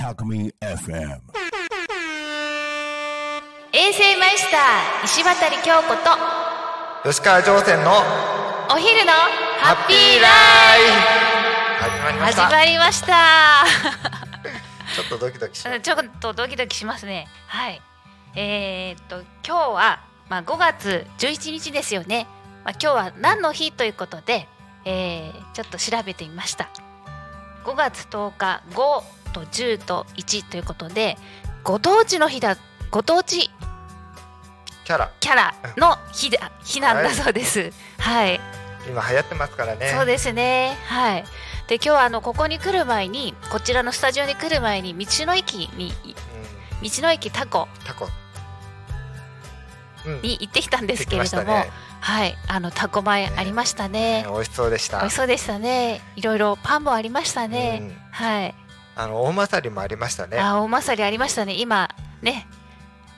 Alchemy FM. 衛生マイスター石渡京子と吉川上船のハお昼のハッッピピーーラライイフフ始まりまし始たまりましたちょっとドキドキしますちょっとドキドキしますねはいえー、っと今日はまあ5月11日ですよねまあ今日は何の日ということで、えー、ちょっと調べてみました5月10日5と10と1ということでご当地の日だご当地キャラキャラの日だ日なんだそうですはい今流行ってますからねそうですね。はい。で今日はあのここに来る前にこちらのスタジオに来る前に道の駅にいう道んの駅タコタコうんに行ってきたんですけれども、行ってきまはいあのタコ米ありましたね。したね美味しそうでした美味しそうでしたね。いろいろパンもありましたね。うんはい。あの大まさりもありましたねあ大まさりありましたね。今ね。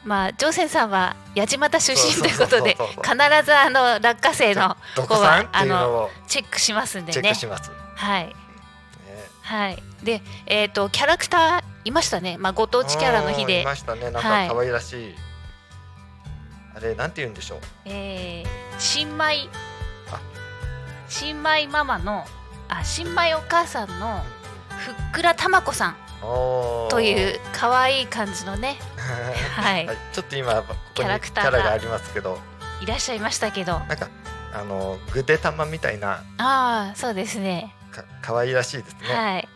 まあ乗船さんは八千代出身ということでそうそうそう必ずあの落花生のどここさんはってあいうののをチェックしますんでチェッねク。しますねはい。はい、で、えっ、と、キャラクターいましたね。まあ、ご当地キャラの日うんいでま、したねなんかはい可愛らしいあれなんて言うんでしょうえー、新米あ。新米ママの、あ、新米お母さんのふっくらたまこさんおーという可愛い感じのね、はい はい、ちょっと今こキャこにラキクターがャラがありますけどいらっしゃいましたけど。なんかあのぐでたまみたいなああ、そうですね。か可愛らしいですね。はい。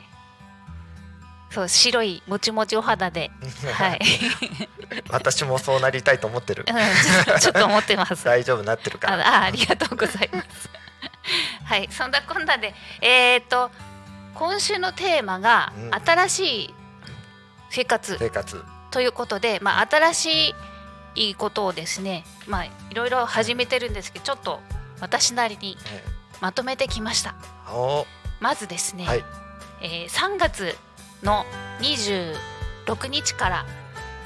そう、白いもちもちお肌で、はい、 私もそうなりたいと思ってるう。んちょち ょっと思ってます。大丈夫なってるから。ああありがとうございます。 はい、そんなこんなで、えっ、と今週のテーマがうん新しい生活生活。ということで、まあ新しいことをですね、まあいろいろ始めてるんですけど、ちょっと私なりにえまとめてきました。えおまずですね、はい。えー3月の26日から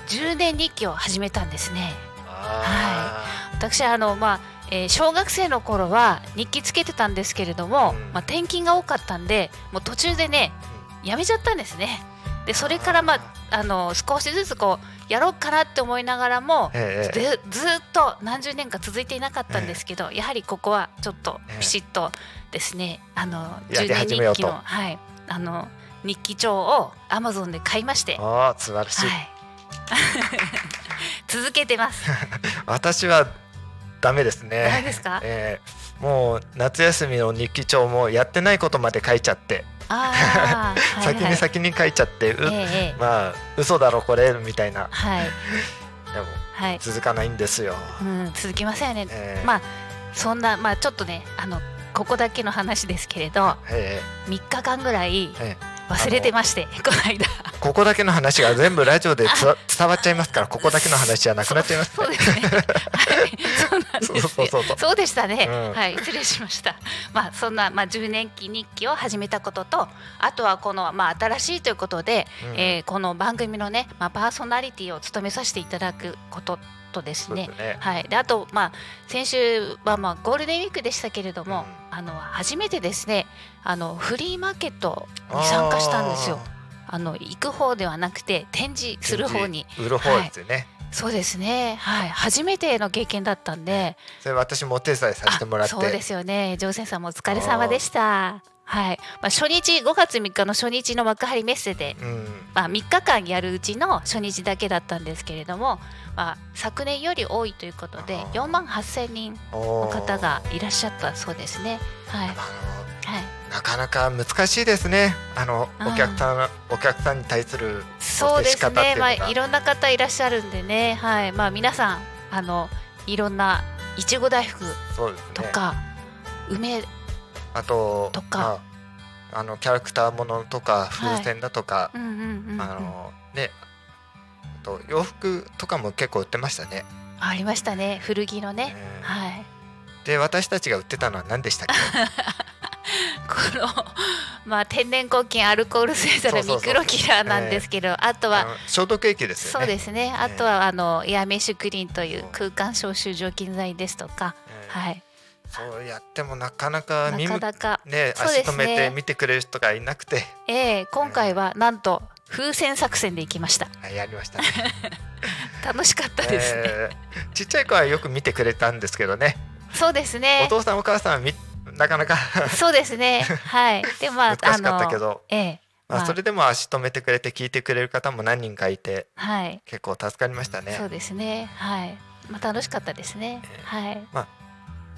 10年日記を始めたんですね。あ私あの、まあえー小学生の頃は日記つけてたんですけれども、うんまあ、転勤が多かったんでもう途中でねーやめちゃったんですねでそれから、まあ、あの少しずつこうやろうかなって思いながらも、うんええええずずっと何十年か続いていなかったんですけど、やはりここはちょっとええピシッとですね、あのや10り年始めよ日う記との,、はい、あの日記帳をアマゾンで買いまして、はあー素晴らしい。い、 続けてます。私はダメですね。何ですかええもう夏休みの日記帳もやってないことまで書いちゃって、ああ、はいはい先に先に書いちゃって、うええええまあ嘘だろこれみたいな。はいでもはい、続かないんですよ。うん、続きませんよね。ええまあそんなまあちょっとねあのここだけの話ですけれどえ3日間ぐらいえええ忘れてましてこの間ここだけの話が全部ラジオで つわ伝わっちゃいますからここだけの話じゃなくなっちゃいますそうですね。はい、そうなんですよ。そうそうそうそうでしたね。うんはい、失礼しました。まあそんなまあ10年期日記を始めたことと、あとはこのまあ新しいということで、うんえーこの番組のね、まあパーソナリティを務めさせていただくこととですね。そうですねはい。であとまあ先週はまあゴールデンウィークでしたけれども、あの初めてですね、あのフリーマーケットに参加したんですよ。あの行く方ではなくて展示する方に展示売る方ですよね、そうですね、はい、初めての経験だったんで、それ私もお手伝いさせてもらあってそうですよね、乗船さんもお疲れ様でした。はい、まあ、初日、5月3日の初日の幕張メッセで、うんまあ、3日間やるうちの初日だけだったんですけれども、まあ、昨年より多いということであー4万8,000人おのー方がいらっしゃったそうですね。はい、はい、あのなかなか難しいですねあのうんお客さんお客さんに対するそうです接し方ってね、いうのまあ、がいろんな方いらっしゃるんでね、はいまあ、皆さんあのいろんないちご大福そうですねとか、梅あととかまあ、あのキャラクターものとか風船だとか、うんうんうんうん、あのねあと洋服とかも結構売ってましたねありましたね古着のね、えーはいで私たちが売ってたのは何でしたっけこの まあ天然抗菌アルコール水素のそうそミうそクうロキラーなんですけど、あと はあのショートケーキですよそねうですね、あとはあのエアメッシュクリーンという空間消臭除菌剤ですとか、えーはいそうやってもなかなか見なむかなかねそうで足すね止めて見てくれる人がいなくてえー今回はなんと風船作戦で行きましたはいやりました ね。楽しかったですね、えーちっちゃい子はよく見てくれたんですけどね。そうですおね父さんお母さんはみなかなかそうですねはいでま あ難しかったけど、ええまあ、それでも足止めてくれて聞いてくれる方も何人かいてはい結構助かりましたねそう。ですねはいまあ楽しかったですねええはい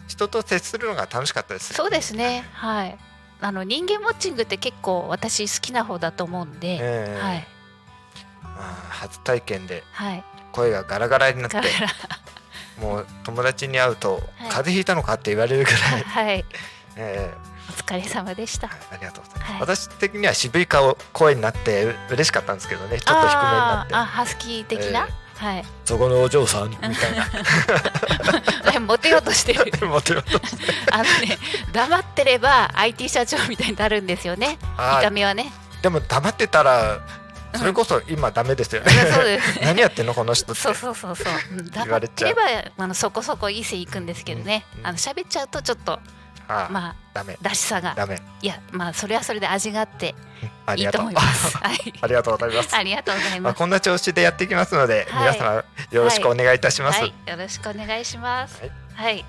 人と接するのが楽しかったです。そうですねはいあの人間ウォッチングって結構私好きな方だと思うんで、ええはいまあ、初体験ではい声がガラガラになってだからもう友達に会うと「はい風邪ひいたのか?」って言われるぐらい、 はいえお疲れ様でしたえありがとうございます、はい私的には渋い顔声になってう嬉しかったんですけどねちょっと低めにあなっーあてハスキー的な、はい「そこのお嬢さん」みたい なはい モテようとしてるモテようとあのね黙ってれば IT 社長みたいになるんですよね見あたー目はねでも黙ってたらそれこそ今ダメですよね、そうですね 何やってんのこの人ってそうそうそうそううん言わ黙っれてちゃれうばあのそこそこいい線いくんですけどね、うんうんあの喋っちゃうとちょっとあー、まあダメらしさがダメいやまあそれはそれで味があってあいりいがととう思いま すはいありがとうございますありがとうございまあ、ますこんな調子でやっていきますので、はい皆様よろしくお願いいたします。はい、よろしくお願いします。はいはい、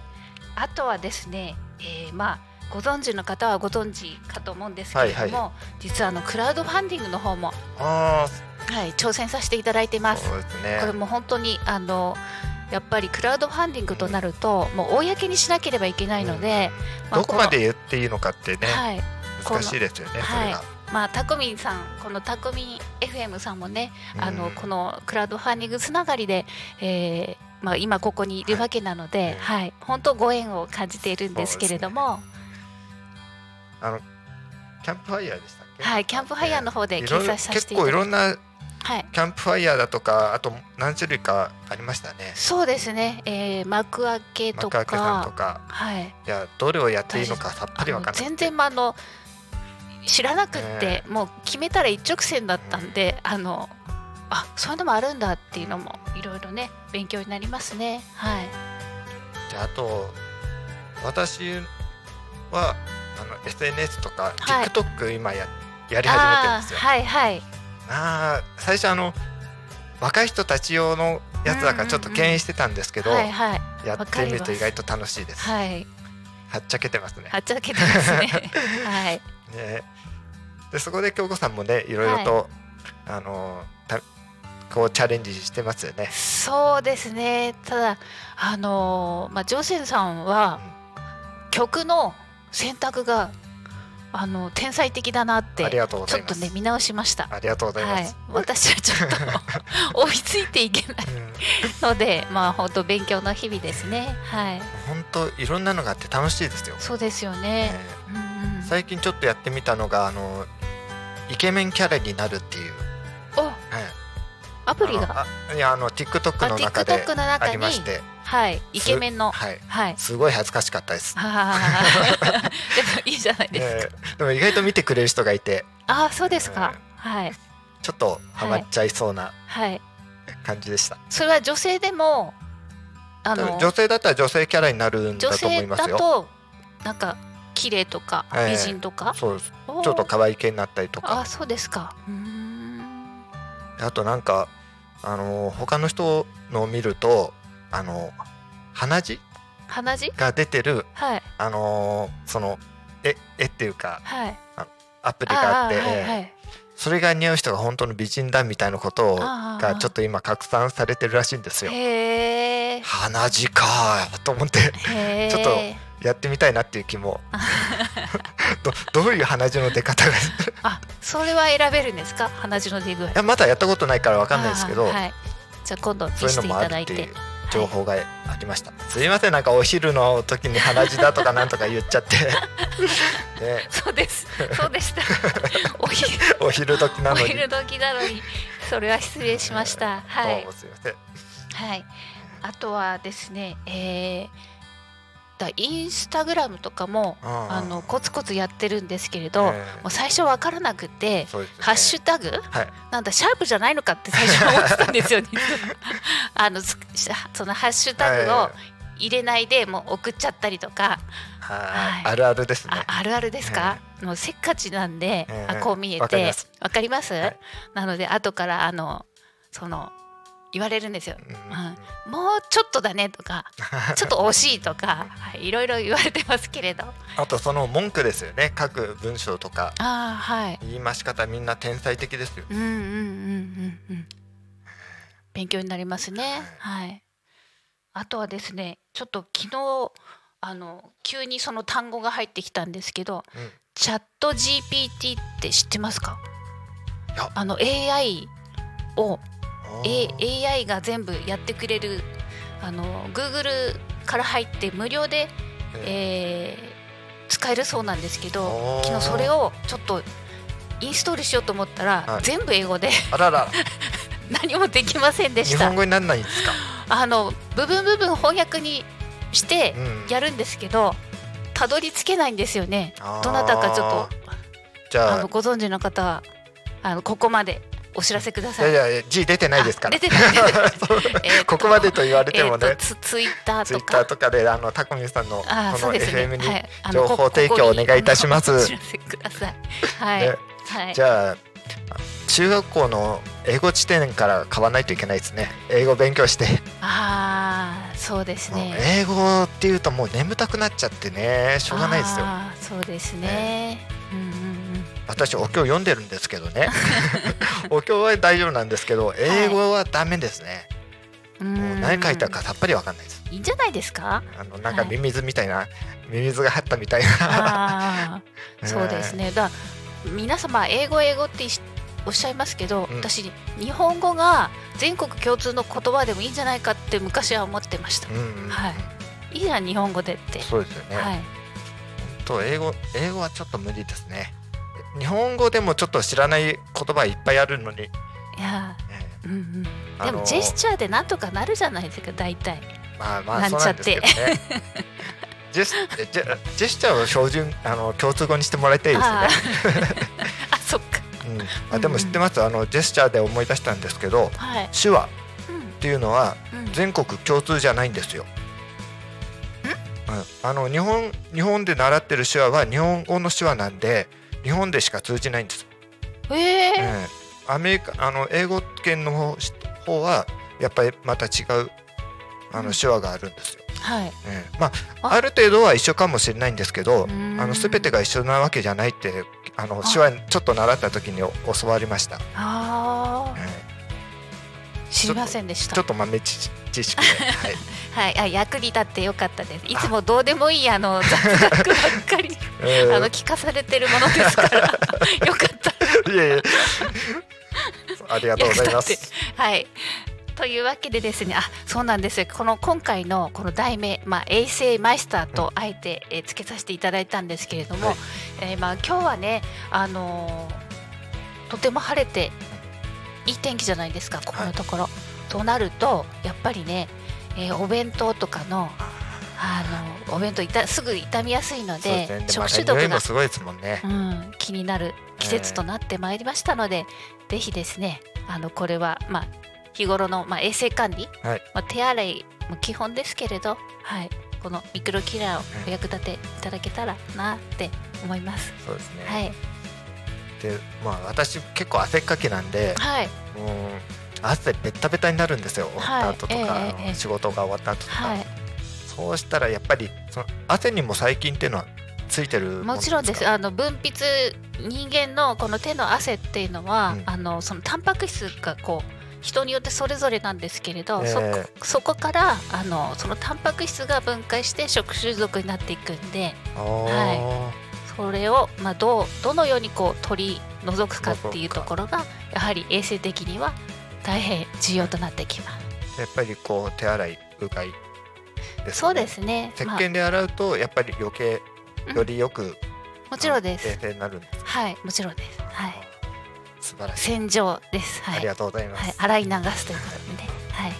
あとはですね、えー、まあご存知の方はご存知かと思うんですけれども、はいは実はあのクラウドファンディングの方も、あはい、挑戦させていただいてまあ、す。そうですねこれ。も本当にあのやっぱりクラウドファンディングとなると、もう公にしなければいけないので、うんまあどこまで言っていいのかってね、はい、この難しいですよね。はいまあタコミンさんこのタコミン FM さんもね、うんあのこのクラウドファンディングつながりで、えーまあ今ここにいるわけなので、はい、本当ご縁を感じているんですけれども、それがあのキャンプファイヤーでしたっけ？はい、キャンプファイヤーの方でい掲ろいろ載させ結ていた構いだろいて、んなはい、キャンプファイヤーだとか、あと何種類かありましたね。そうですね、えー、幕開けとか、幕開けさんとか、はい、いやどれをやっていいのかさっぱりわあのかんない。全然まああの知らなくって、もう決めたら一直線だったんで、あのあそういうのもあるんだっていうのもいろいろね勉強になりますね、はい。であと私はあの SNS とか、はい TikTok 今ややり始めてるんあでーすよ。はいはいあー最初あの若い人たち用のやつだからちょっと敬遠してたんですけど、はいはいやってみると意外と楽しいです。ははいっちゃけてますね。はっちゃけてますね はいねでそこで京子さんもねいろいろと、あのたこうチャレンジしてますよね。そうですねただあのーまあジョセンさんは曲の選択があの天才的だなっありてがとうごちざょいっまとす。ね見直しましたありがとうございまはいす。私はちょっ と追いついていけないうんのでまあ本当勉強の日々ですねはい本当いろんなのがあって楽しいですよ。そうですよねねうんうん最近ちょっとやってみたのがあのイケメンキャラになるっていう。おはいアプリがあのあいやあの TikTok あの中で TikTok のあ中りにまして、はいイケメンのはい、はいすごい恥ずかしかったです。あー でもいいじゃないですか。えーでも意外と見てくれる人がいてああそうですか。はいちょっとハマっちゃいそうなはい。感じでした、それは女性でもあ多分の女性だったら女性キャラになるん女だと思い性ますだよとなんか綺麗とかええ美人とか、そうですおーちょっと可愛い系になったりとあかあそうですか。うーんあとなんかあのー他の人のを見るとあの鼻血鼻血が出てるはいあのーその絵絵っていうかはい。アプリがああっあてーはいはえーい。それが似合う人が本当の美人だみたいなことをあーがちょっと今拡散されてるらしいんですよ。へえ。鼻血かーと思ってへえ。ちょっとやってみたいなっていう気も どどういう鼻血の出方が いあそれは選べるんですか鼻血の出具合。やまだやったことないからわかんないですけど、あーはい。じゃあ今度見そういせうのていもあただるっいてて。いう情報がありました、すいませんなんかお昼の時に鼻血だとかなんとか言っちゃって ねそうです。そうで した。お昼お昼時なおのに昼時なのにそれは失礼しま した。はどういもすいませんはい。あとはですね、えー、だインスタグラムとかもああのコツコツやってるんですけれど、もええう最初わからなくて。そうですねハッシュタグ、はいなんだシャープじゃないの かって最初思ってたんですよね。あのつそのハッシュタグをはい入れないでもう送っちゃったりとかははいいあるあるですねあ。あるあるですか、もうせっかちなんで、ええあこう見えわかりてますわかりますはいなので後からあのその言われるんですようんもうちょっとだねとか ちょっと惜しいとか、はい、いろいろ言われてますけれどああとその文句ですよね書く文章とかあはい言い回し方みんな天才的ですよ。うんうんうんうんうん勉強になりますねはいあとはですねちょっと昨日あの急にその単語が入ってきたんですけどうんチャット GPT って知ってますかいやあの AI をあー A AI が全部やってくれるあの Google から入って無料で、ええー使えるそうなんですけどおー昨日それをちょっとインストールしようと思ったら、はい全部英語であらら何もできませんで日した本語にならないんですか。あの部分部分翻訳にしてうんやるんですけどたどり着けないんですよねあーどなたかちょっとじあゃのあご存知の方はあのここまでお知らせくだいさい。やいや字出てないですからあ 出てないえーとここまでと言われてもえーと、ねツツイッターツイとッターか。とかであのタコミンさんのこあーそうのですね FM にはいあの情報こ提供をお願いいたしまここにすお。知らせください。はい。ねはい。じゃあ中学校の英語辞典から買わないといけないですね。英語勉強して、ああ、そうですもうね。英語っていうともう眠たくなっちゃってね、しょうがないですよ。あーそうですね。うんうん私お経読んでるんですけど ね。お経は大丈夫なんですけど、英語はダメですね。うん。もううん何書いたか。さっぱりわかんないです。いいんじゃないです か。あのなんかはいミミズみたいな、ミミズが張ったみたいな。ああ、そうですね。だから皆様英語英語ってしおっしゃいますけど、うん私日本語が全国共通の言葉でもいいんじゃないかって昔は思ってましたう。ん。うんうんはいいいじゃん日本語でって。そうですよね。はい。と英語英語はちょっと無理ですね。日本語でもちょっと知らない言葉いっぱいあるのに、えいやえー、うんうん。あでのもジェスチャーでなんとかなるじゃないですか大体まあまなあんそうちゃなっんてですけどね。ジェスジェジェスチャーを標準あの共通語にしてもらいたいですよあね。ー あそっかうん、あでも知ってますあのジェスチャーで思い出したんですけどはい、手話うっていうのはんうん、全国共通じゃないんですよ。うん、あの日本日本で習ってる手話は日本語の手話なんで日本でしか通じないんです。えーええアメリカあの英語圏の方方はやっぱりまた違うあうのん手話があるんですよ。はいええまああある程度は一緒かもしれないんですけどうーんあの全てが一緒なわけじゃないってあのあ手話ちょっと習った時にお教わりました。あえーえ知りませんでしちょたっと豆知知識で、はい、はいあ役に立ってよかったですいつもどうでもいいあの雑学ばっかり ええあの聞かされてるものですからよかった いえいえありがとうございま役立す。 はい。というわけでですね、あ、そうなんですよ。この今回のこの題名、まあ衛星マイスターとあえて、えー付けさせていただいたんですけれども、はいえーまあ今日はね、あのーとても晴れていい天気じゃないですか。ここのところ。となるとやっぱりね、えーお弁当とかのあのお弁当いたすぐ傷みやすいのそうでですね。で食また中匂い毒がもすごいですもんね。うん、気になる季節となってまいりましたので、ぜひですねあのこれは、まあ、日頃の、まあ、衛生管理、はいまあ、手洗いも基本ですけれど、はい、このミクロキラーをお役立ていただけたらなって思います。そうですね。はい、で、まあ私結構汗っかきなんで、はい、もう汗ベッタベタになるんですよ、終わった後とか、はいええあのええ仕事が終わった後とか、はい、そうしたらやっぱりその汗にも細菌っていうのはついてるもちろんですよあの分泌人間のこの手の汗っていうのは、うんあのそのタンパク質がこう人によってそれぞれなんですけれど、そこえそこからあのそのタンパク質が分解して食中毒になっていくんでえはそれを、まあ、どうどのようにこう取り除くかっていうところがやはり衛生的には大変重要となってきまい、やっぱりこう手洗いうがいです、ね、す。そうですね、石まあ、鹸で洗うとやっぱり余計うんよりよくもちろんです、衛生になるんです、はいもちろんです、はい、素晴らしい、洗浄です、はいありがとうございます、はい、洗い流すということでね、はい、で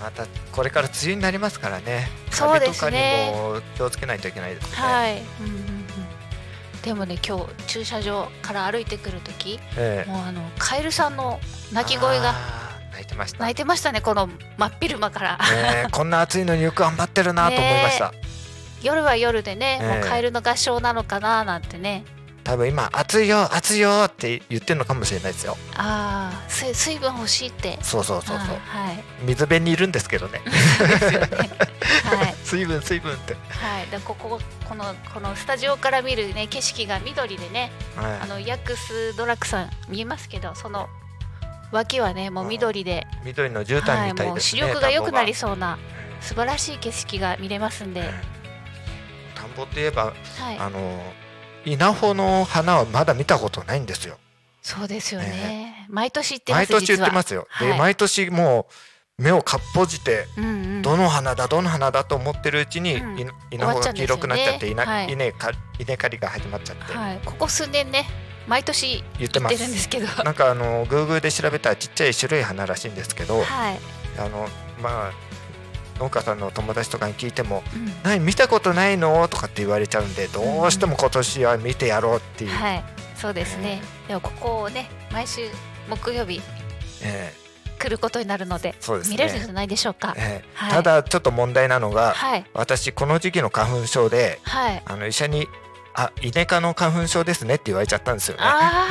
またこれから梅雨になりますからねそうカでビとかすにねも気をつけないといけないですね、はい、うんうんうん、でもね今日駐車場から歩いてくる時ええもうあのカエルさんの鳴き声があ泣いてました泣いねてましたねこの真っ昼間から えこんな暑いのによく頑張ってるなと思いました、夜は夜でね、ええもうカエルの合唱なのかななんてね多分今暑いよ暑いよって言ってるのかもしれないですよああ水水分欲しいってそうそうそうそうあーはい水辺にいるんですけどねはい 水分水分って、はいでこここのこのスタジオから見るね景色が緑でねはいあのヤックスドラッグさん見えますけどその脇はねもう緑で、緑の絨は毯いみたいもうです視ね、力が良くなりそそうなう素晴らしい景色が見れますんで、田んぼといえばはいあの稲穂の花はまだ見たことないんですよそうですよねね。毎年行ってます。。毎年言ってますすよ、はでい毎年もう目をかっぽじてうんうん。どの花だどの花だと思ってるうちに、うんい稲穂が黄色くなっちゃって終わっちゃうんですよねはい稲稲か稲刈りが始まっちゃって、はい。ここ数年ね、毎年言っ行てっまてるんです すけど。はなんかあのグーグルで調べたらちっちゃい白い花らしいんですけど、い。あのまあ農家さんの友達とかに聞いてもうん「何見たことないの?」とかって言われちゃうんでどうしても今年は見てやろうっていう、はい。そうですね。でもここをね、毎週木曜日え来ることになるのでえ、そうですね見れるんじゃないでしょうか。ええはいただちょっと問題なのが、はい。私この時期の花粉症で はい。あの医者に「あイネ科の花粉症ですね」って言われちゃったんですよね。あ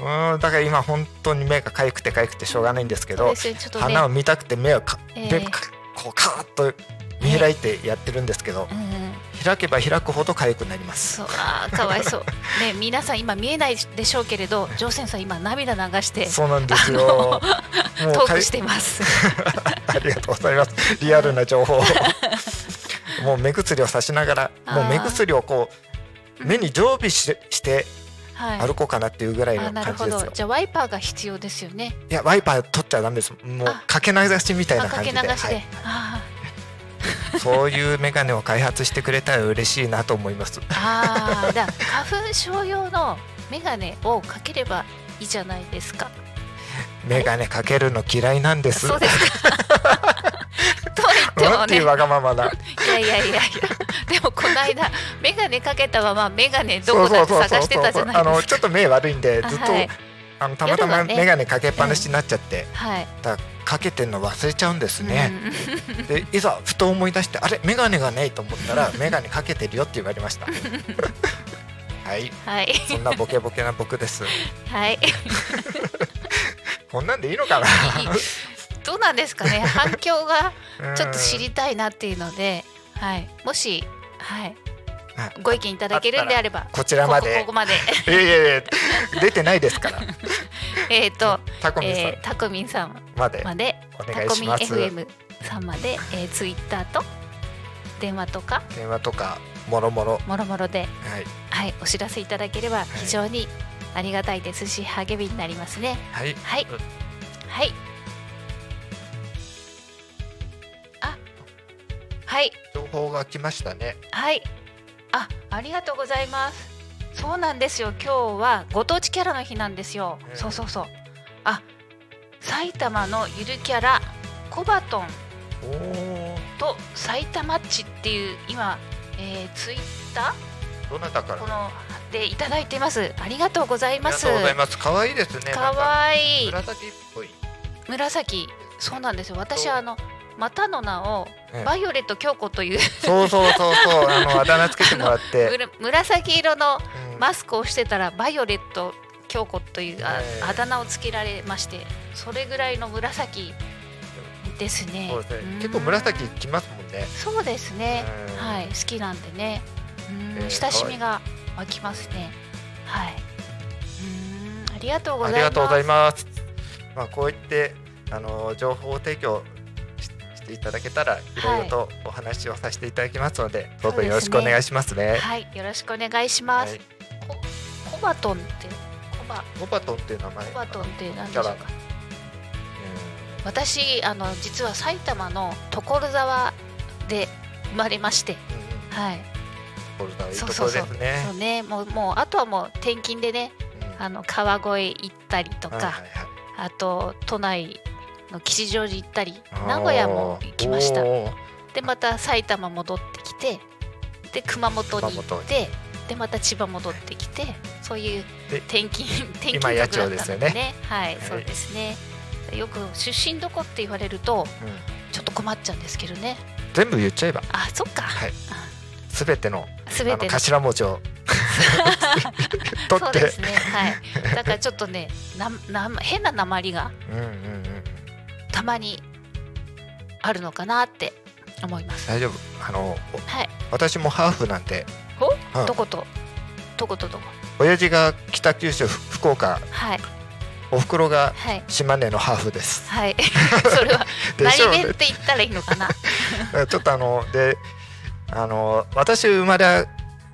あ。うーんだから今本当に目がかゆくてかゆくてしょうがないんですけそうど、ですね。ちょっとね花。を見たくて目をか、ええでかこうカーッと見開いてやってるんですけど、うんうん。開けば開くほどかゆくなります。そう。ああ、かわい そう。ね、皆さん今見えないでしょうけれど、ジョーセンさん今涙流して。そうなんですよ。トもうーかクゆしてます。ありがとうございます。リアル な情報を。もう目薬をさしながら、もう目薬をこう目に常備ししてはい。歩こうかなっていうぐらいあのなる感じほですどよ。じゃあワイパーが必要ですよねいやワイパー取っちゃダメです。もうあかけ流しみたいあなか感けじ流で、しで、はい、あそういうメガネを開発してくれたら嬉しいなと思 います。ーあーだから花粉症用のメガネをかければいいじゃないですかメガネかけるの嫌いなんです。そうですかとなはんて言っていうもねわがままだ。いやいやいやいやでもこの間メガネかけたままメガネ どこだって探してたじゃないあでのすちょかっと目悪いんであずっと、はいあのたまた夜まはねメガネかけっぱなしになっちゃって、はいだからかけてんの忘れちゃうんですね。うんでいざふと思い出してあれメガネがないと 思ったらメガネかけてるよって言われましたはいはいそんなボケボケな僕ですはいこんなんでいいのかなどうなんですかね反響がう んちょっと知りたいなっていうので、はい、もし、はいは、ご意見いただけるんであれば、ここちらまこでここまで、いやいやいや出てないです からえっと、タコミンさえんー、タコミンさんまでまで、おタ願いコしミンます、 FM さんまで、えー、ツイッターと電話とか電話とかもろもろもろもろで、はいはい、お知らせいただければ非常にありがたいですし、励みになりますね。はいはい、はい、あ、はい。情報が来ましたねはい。あ、ありがとうございます。そうなんですよ。今日はご当地キャラの日なんですよ。うんそうそうそう。あ、埼玉のゆるキャラコバトンおおと埼玉っちっていう今、えー、ツイッタどなたかーらこのでいただいてます。ありがとうございあまりがすとう。ございます可愛いですねかなんわいい紫っぽい紫。そうなんですよ。私はあのまたの名をええバイオレット京子というそうそうそう そうあのあだ名つけてもらっむてら紫色のうんマスクをしてたらバイオレット京子というあ,、ええあだ名をつけられましてそれぐらいの紫ですねそうですうんね結構紫きますもんね。そうですね、うんはい好きなんでね、うんええ親しみが湧きますねはいうーんありがとうござあいりますがとうございます。まあこう言ってあの情報提供ししていただけたらいろいろとお話をさせていただきますので、どうぞよろしくお願いしますね。はいよろしくお願いします、はいこコバトンってコバコバトンっていう名前。コバトンって何でしキょャうラか。私あの実は埼玉の所沢で生まれましてうんうんうんはいコルダいいとそうこそうろそでうすそうね。ね、もうもうあとはもう転勤でねあの川越行ったりととか、あと都内の吉祥寺行ったり名古屋も行きましたでまた埼玉戻ってきてで熊本に行熊っ本てでまた千葉戻ってきてそういうで転勤転勤今野族だっ鳥ですたよのねでねはい、はいそうですねよく出身どこって言われるとうんちょっと困っちゃうんですけどね全部言っちゃえばあそっかはいすべてのすあべのての頭文字 を取そっうてですねはいだからちょっとねなな変な鉛がうんうんうんたまにあるのかなって思います大丈夫あのおはい私もハーフなんでおはいどことどことどこ親父が北九州ふ福岡はいお袋がはい島根のハーフですはい それはでしょ何うね弁って言ったらいいの かなちょっとあのであの私生まれは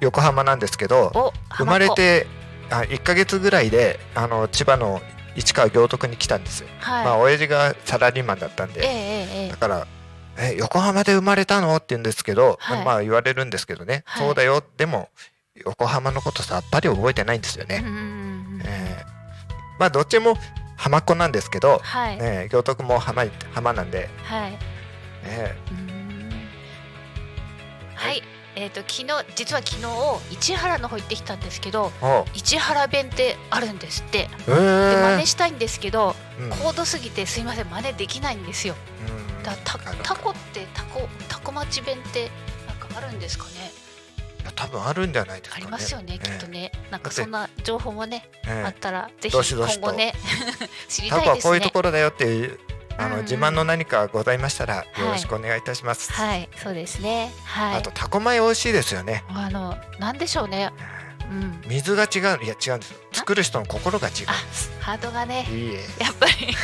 横浜なんですけどお生まれ浜子てあ1ヶ月ぐらいであの千葉の市川行徳に来たんですよ、はい、まあ親父がサラリーマンだったんええでえええだから「え横浜で生まれたの?」って言うんですけど、はいまあ言われるんですけどね「はいそうだよ」でも横浜のことさっぱり覚えてないんですよえね、うんうんうんえーまあどっちも浜っ子なんですけど、はい、ねえ、行徳も浜い浜なんで、はい、うねーんはい、えっ、と昨日実は昨日市原の方行ってきたんですけど、え、おう市原弁ってあるんですって。えでー真似したいんですけど、うん高度すぎてすいません真似できないんですよ。うんだたわかるタコってタコタコ町弁ってなんかあるんですかね。いや多分あるんじゃないですあかね。りますよねえきっとね。なんだかってそんな情報もね、ええあったらぜひどしどし今後とね 知りタたコいはですこういうねと。ころだよっていうあうんうのん自慢の何かございましたらいよろしくお願いいたします。はいそうですねはあいと。タコ米美味しいですよね。あのなんでしょうね。うん。水が違ういや違うんです。作る人の心が違あハートがねう。いいえ。やっぱり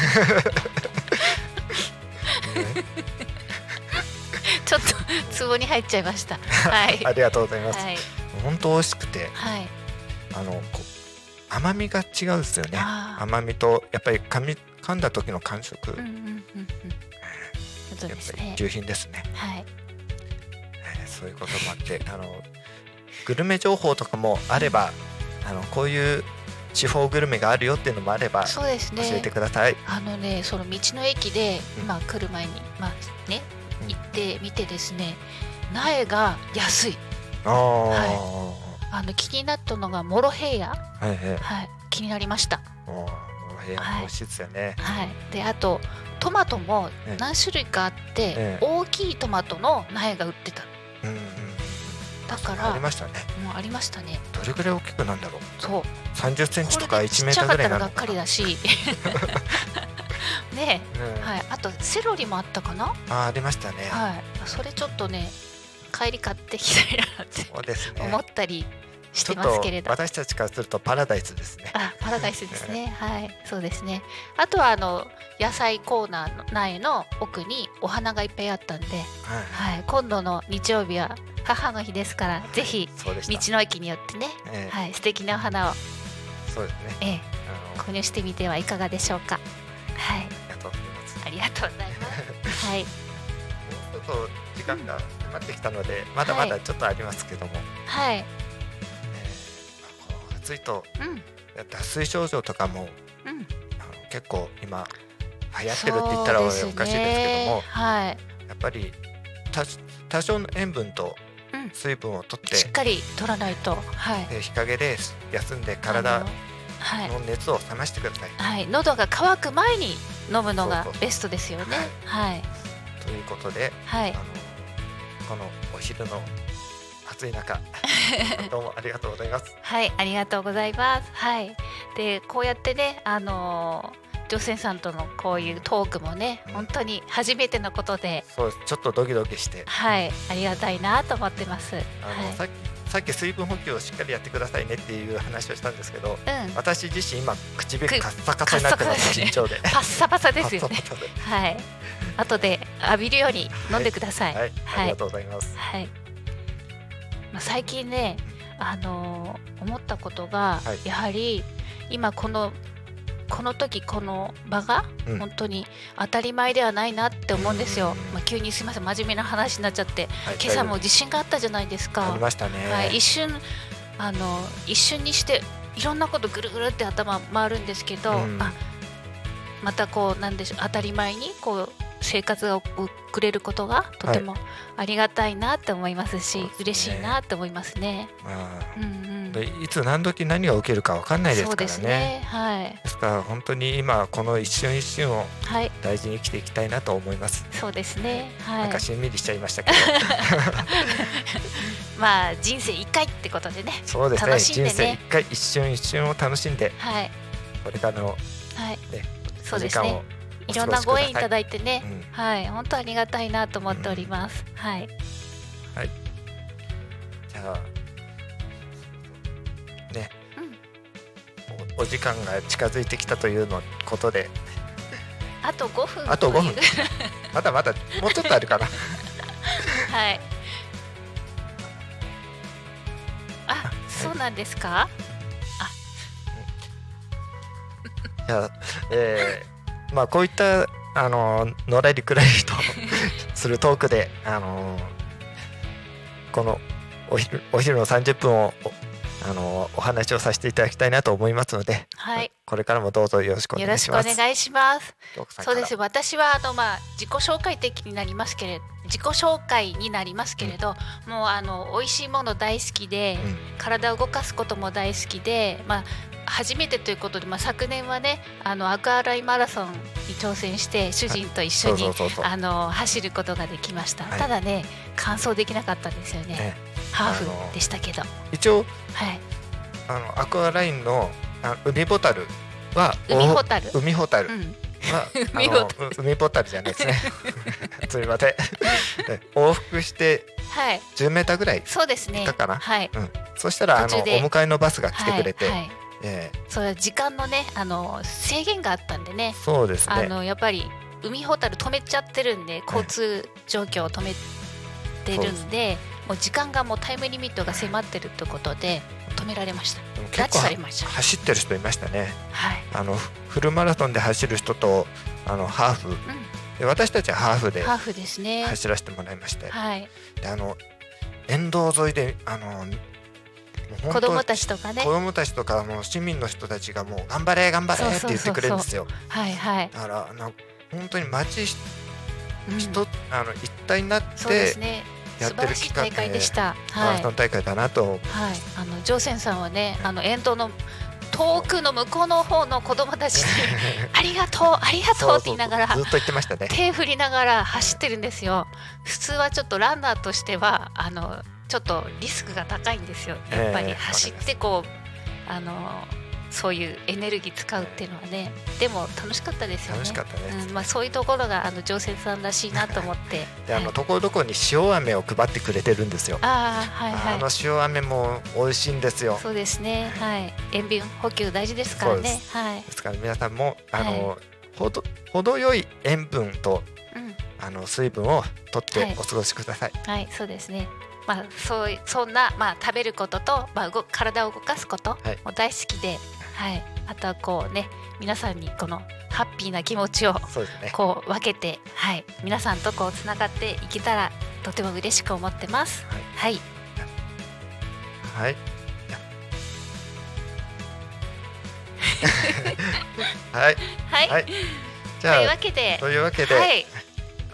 ちょっとツボに入っちゃいました。はい。ありがとうございます。はい。本当美味しくてはい。あのこう甘みが違うんですよね。あ甘みとやっぱり噛み噛んだ時の感触、あ。うんうんうんうん。そうやっですぱりね。重品ですね。はい。えーそういうこともあってあのグルメ情報とかもあればあのこういう地方グルメがあるよっていうのもあれば教そうですえねて。ください。あのね、その道の駅でうん、まあ来る前に、まあね、うん行ってみてですね。苗が安い。ああ、はあの気になったのがモロヘイヤ。い、はいはい。はい。気になりました。もうお部屋も美味しいですよね。はい。で、あとトマトもええ何種類かあって、ええ大きいトマトの苗が売ってた。うんうんうん。だからありましたね。もうありましたね。どれぐらい大きくなんだろう。そう。三十センチとこかれで一ちメっーちトゃルかぐっらいたらがになるのっかかな。りだし。ねえ、うん、はい。あとセロリもあったかな。あありましたね。はい。それちょっとね、帰り買ってきたいなってそうですね。思ったりしちてょまっすとけれど。私たちからするとパラダイスですね。あ、パラダイスですね。はい、そうですね。あとはあの野菜コーナーの内の奥にお花がいっぱいあったんで、はい。はい。今度の日曜日は母の日ですから、ぜひそうでし道た。の駅によってね、ええはい、素敵なお花を、そうですね。ええ、あの購入してみてはいかがでしょうか。はい、ありがとうございます。ありがとうございます。はい、もうちょっと時間が迫ってきたので、まだまだちょっとありますけども、はい、えーまあこう暑いとうん、脱水症状とかもうん、あの結構今流行ってるって言ったらおかしいそうですけどもね、はい、やっぱり多多少の塩分とうん水分を取って、しっかり取らないと、はい、で日陰で休んであ体のはい、の熱を冷ましてください、はい、喉が渇く前に飲むのがそうそうベストですよね。はい、ということで、はあいの、このお昼の暑 い中どうもありがとうございます。はい、ありがとうございます。はい、で、こうやってね、あのー、女性さんとのこういうトークもねうん、本当に初めてのことで。そうですちょっとドキドキしてはい、ありがたいなと思ってます。はい、あの、さっきさっき水分補給をしっかりやってくださいねっていう話をしたんですけどうん、私自身今唇くカッサカサになってまカッサカすサですね身長で。パッサパサですよカッね。サカサではい。後で浴びるように飲んでください。 はい、あはりいが。とうございます。はい。まあ、最近ね、あのー思ったことが、はいやはり今このこの時この場がうん本当に当たり前ではないなって思うんですよ。うんまあ、急にすみません真面目な話になっちゃって、はい今朝も地震があったじゃないですありか。ましたね。はい、一瞬あの一瞬にしていろんなことぐるぐるって頭回るんですけど、うんあまたこうなんでしょう当たり前にこう生活が送れることがとてもありがたいなって思いますし、そうですね嬉しいなって思いますね。まあうんうん、でいつ何時何が起きるかわかんないですそうからね。でですすね。はいから本当に今この一瞬一瞬をはい大事に生きていきたいなと思います。そうですね。はないんかしんみりしちゃいましたけど、まあ人生一回ってことでね。そうですね楽しんで人ね生一回一瞬一瞬を楽しんではいこれからのはいね。そうで時す間ねを。おい過ごしくださいろんなご縁いただいてねう。んはい本当ありがたいなと思っております。はいじゃあね、うんおお時間が近づいてきたというのことであと5分あと5い 分うまだまだもうちょっとあ るかなはい。あそうなんですか。じゃあ、えーまあこういったあののらりくらりとするトークであのこのお昼お昼の30分をおあのお話をさせていただきたいなと思いますので、はい。これからもどうぞよろしくおよ願ろいししくおます。願いします。奥さんそからうです。私はあのまあ自己紹介的になりますけれ自己紹介になりますけれど、もうあの美味しいもの大好きで、うん体を動かすことも大好きで、まあ初めてということで、まあ昨年はね、あのアクアラインマラソンに挑戦して主人と一緒そうそにうそうそう。あの走ることができました。はいただね、完走できなかったんですよね。ねハーあのフでしたけど、一応はい。あのアクアラインのあ海ボタルは海ホタル。海ホタルうん、 は海あホのう海ボタルじゃないですね。 すみません。え往復してはい、 10メーターぐらい。そうですね。行ったかなはい。そしたらあ途の中おで迎えのバスが来てくれて、はいはいえそう時間のねあの制限があったんでねーそうですあね。のやっぱり海ほたる止めちゃってるんで交通状況を止めてるんで,、もう時間がもうタイムリミットが迫ってるってことで止められましたでも拉結致構されました走ってる人いましたね。はい、あのフフルマラソンで走る人とあのハーフうで私たちはハーフでん、ハーフですね走らせてもらいまして、はいであの沿道沿いであのもう本当子供たちとかね子供たちとかもう市民の人たちがもう頑張れ頑張そうれっそてうそうそう言ってくれるんですよ。はいはい、だからなんか本当に街ひうん人、あの一体になっそうでてすねや素って晴るらし企い画大会でした、マはラいソン大会だなと はい、あの乗船さんはね、あの遠投の遠くの向こうの方の子供たちに ありがとうありがとうって言いながらそうそうそうずっと言ってまし たね。手振りながら走ってるんですよ。普通はちょっとランナーとしてはあのちょっとリスクが高いんですよ。やっぱえりえ走ってこう、あのそういうエネルギー使うっていうのはね、でも楽しかったですよね。楽しかったね。うんまあそういうところがあの乗船さんらしいなと思って。であはのいところどころに塩飴を配ってくれてるんですよ。あーはいはいあの。塩飴も美味しいんですよ。そうですね。はい。塩分補給大事ですからそうでね。はい。ですから皆さんもあの、ほど程よい塩分とうん。あの水分を取っはていお過ごしください。はい、そうですね。まあそういそんなまあ食べることとまあ動体を動かすことはいも大好きで、はい。あとはこうね皆さんにこのハッピーな気持ちをそうですね。こう分けて、はい。皆さんとこうつながっていけたらとても嬉しく思ってます。はい。 はい。はい、はい。はい、じというゃわあけで、というわけで、はい。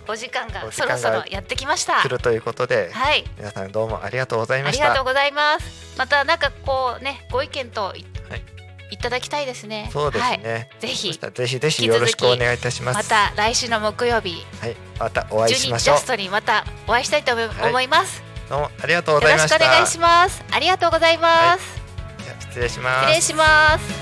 お時間がお時そ間ろがそろやってきました。来るということで、はい。皆さんどうもありがとうございあまりしがとうた。ございます。またなんかこうねご意見とい,、はいい、ただきたいですね。そうですはい、ね。ぜそひしたらぜひぜひよろしくお願いいたします。また来週の木曜日はい、またお会い12しジましょうャス。トにまたお会いしたいと思いはい思います。どうもありがとうよございろましした。くお願いします。ありがとうございます。失礼します。失礼します。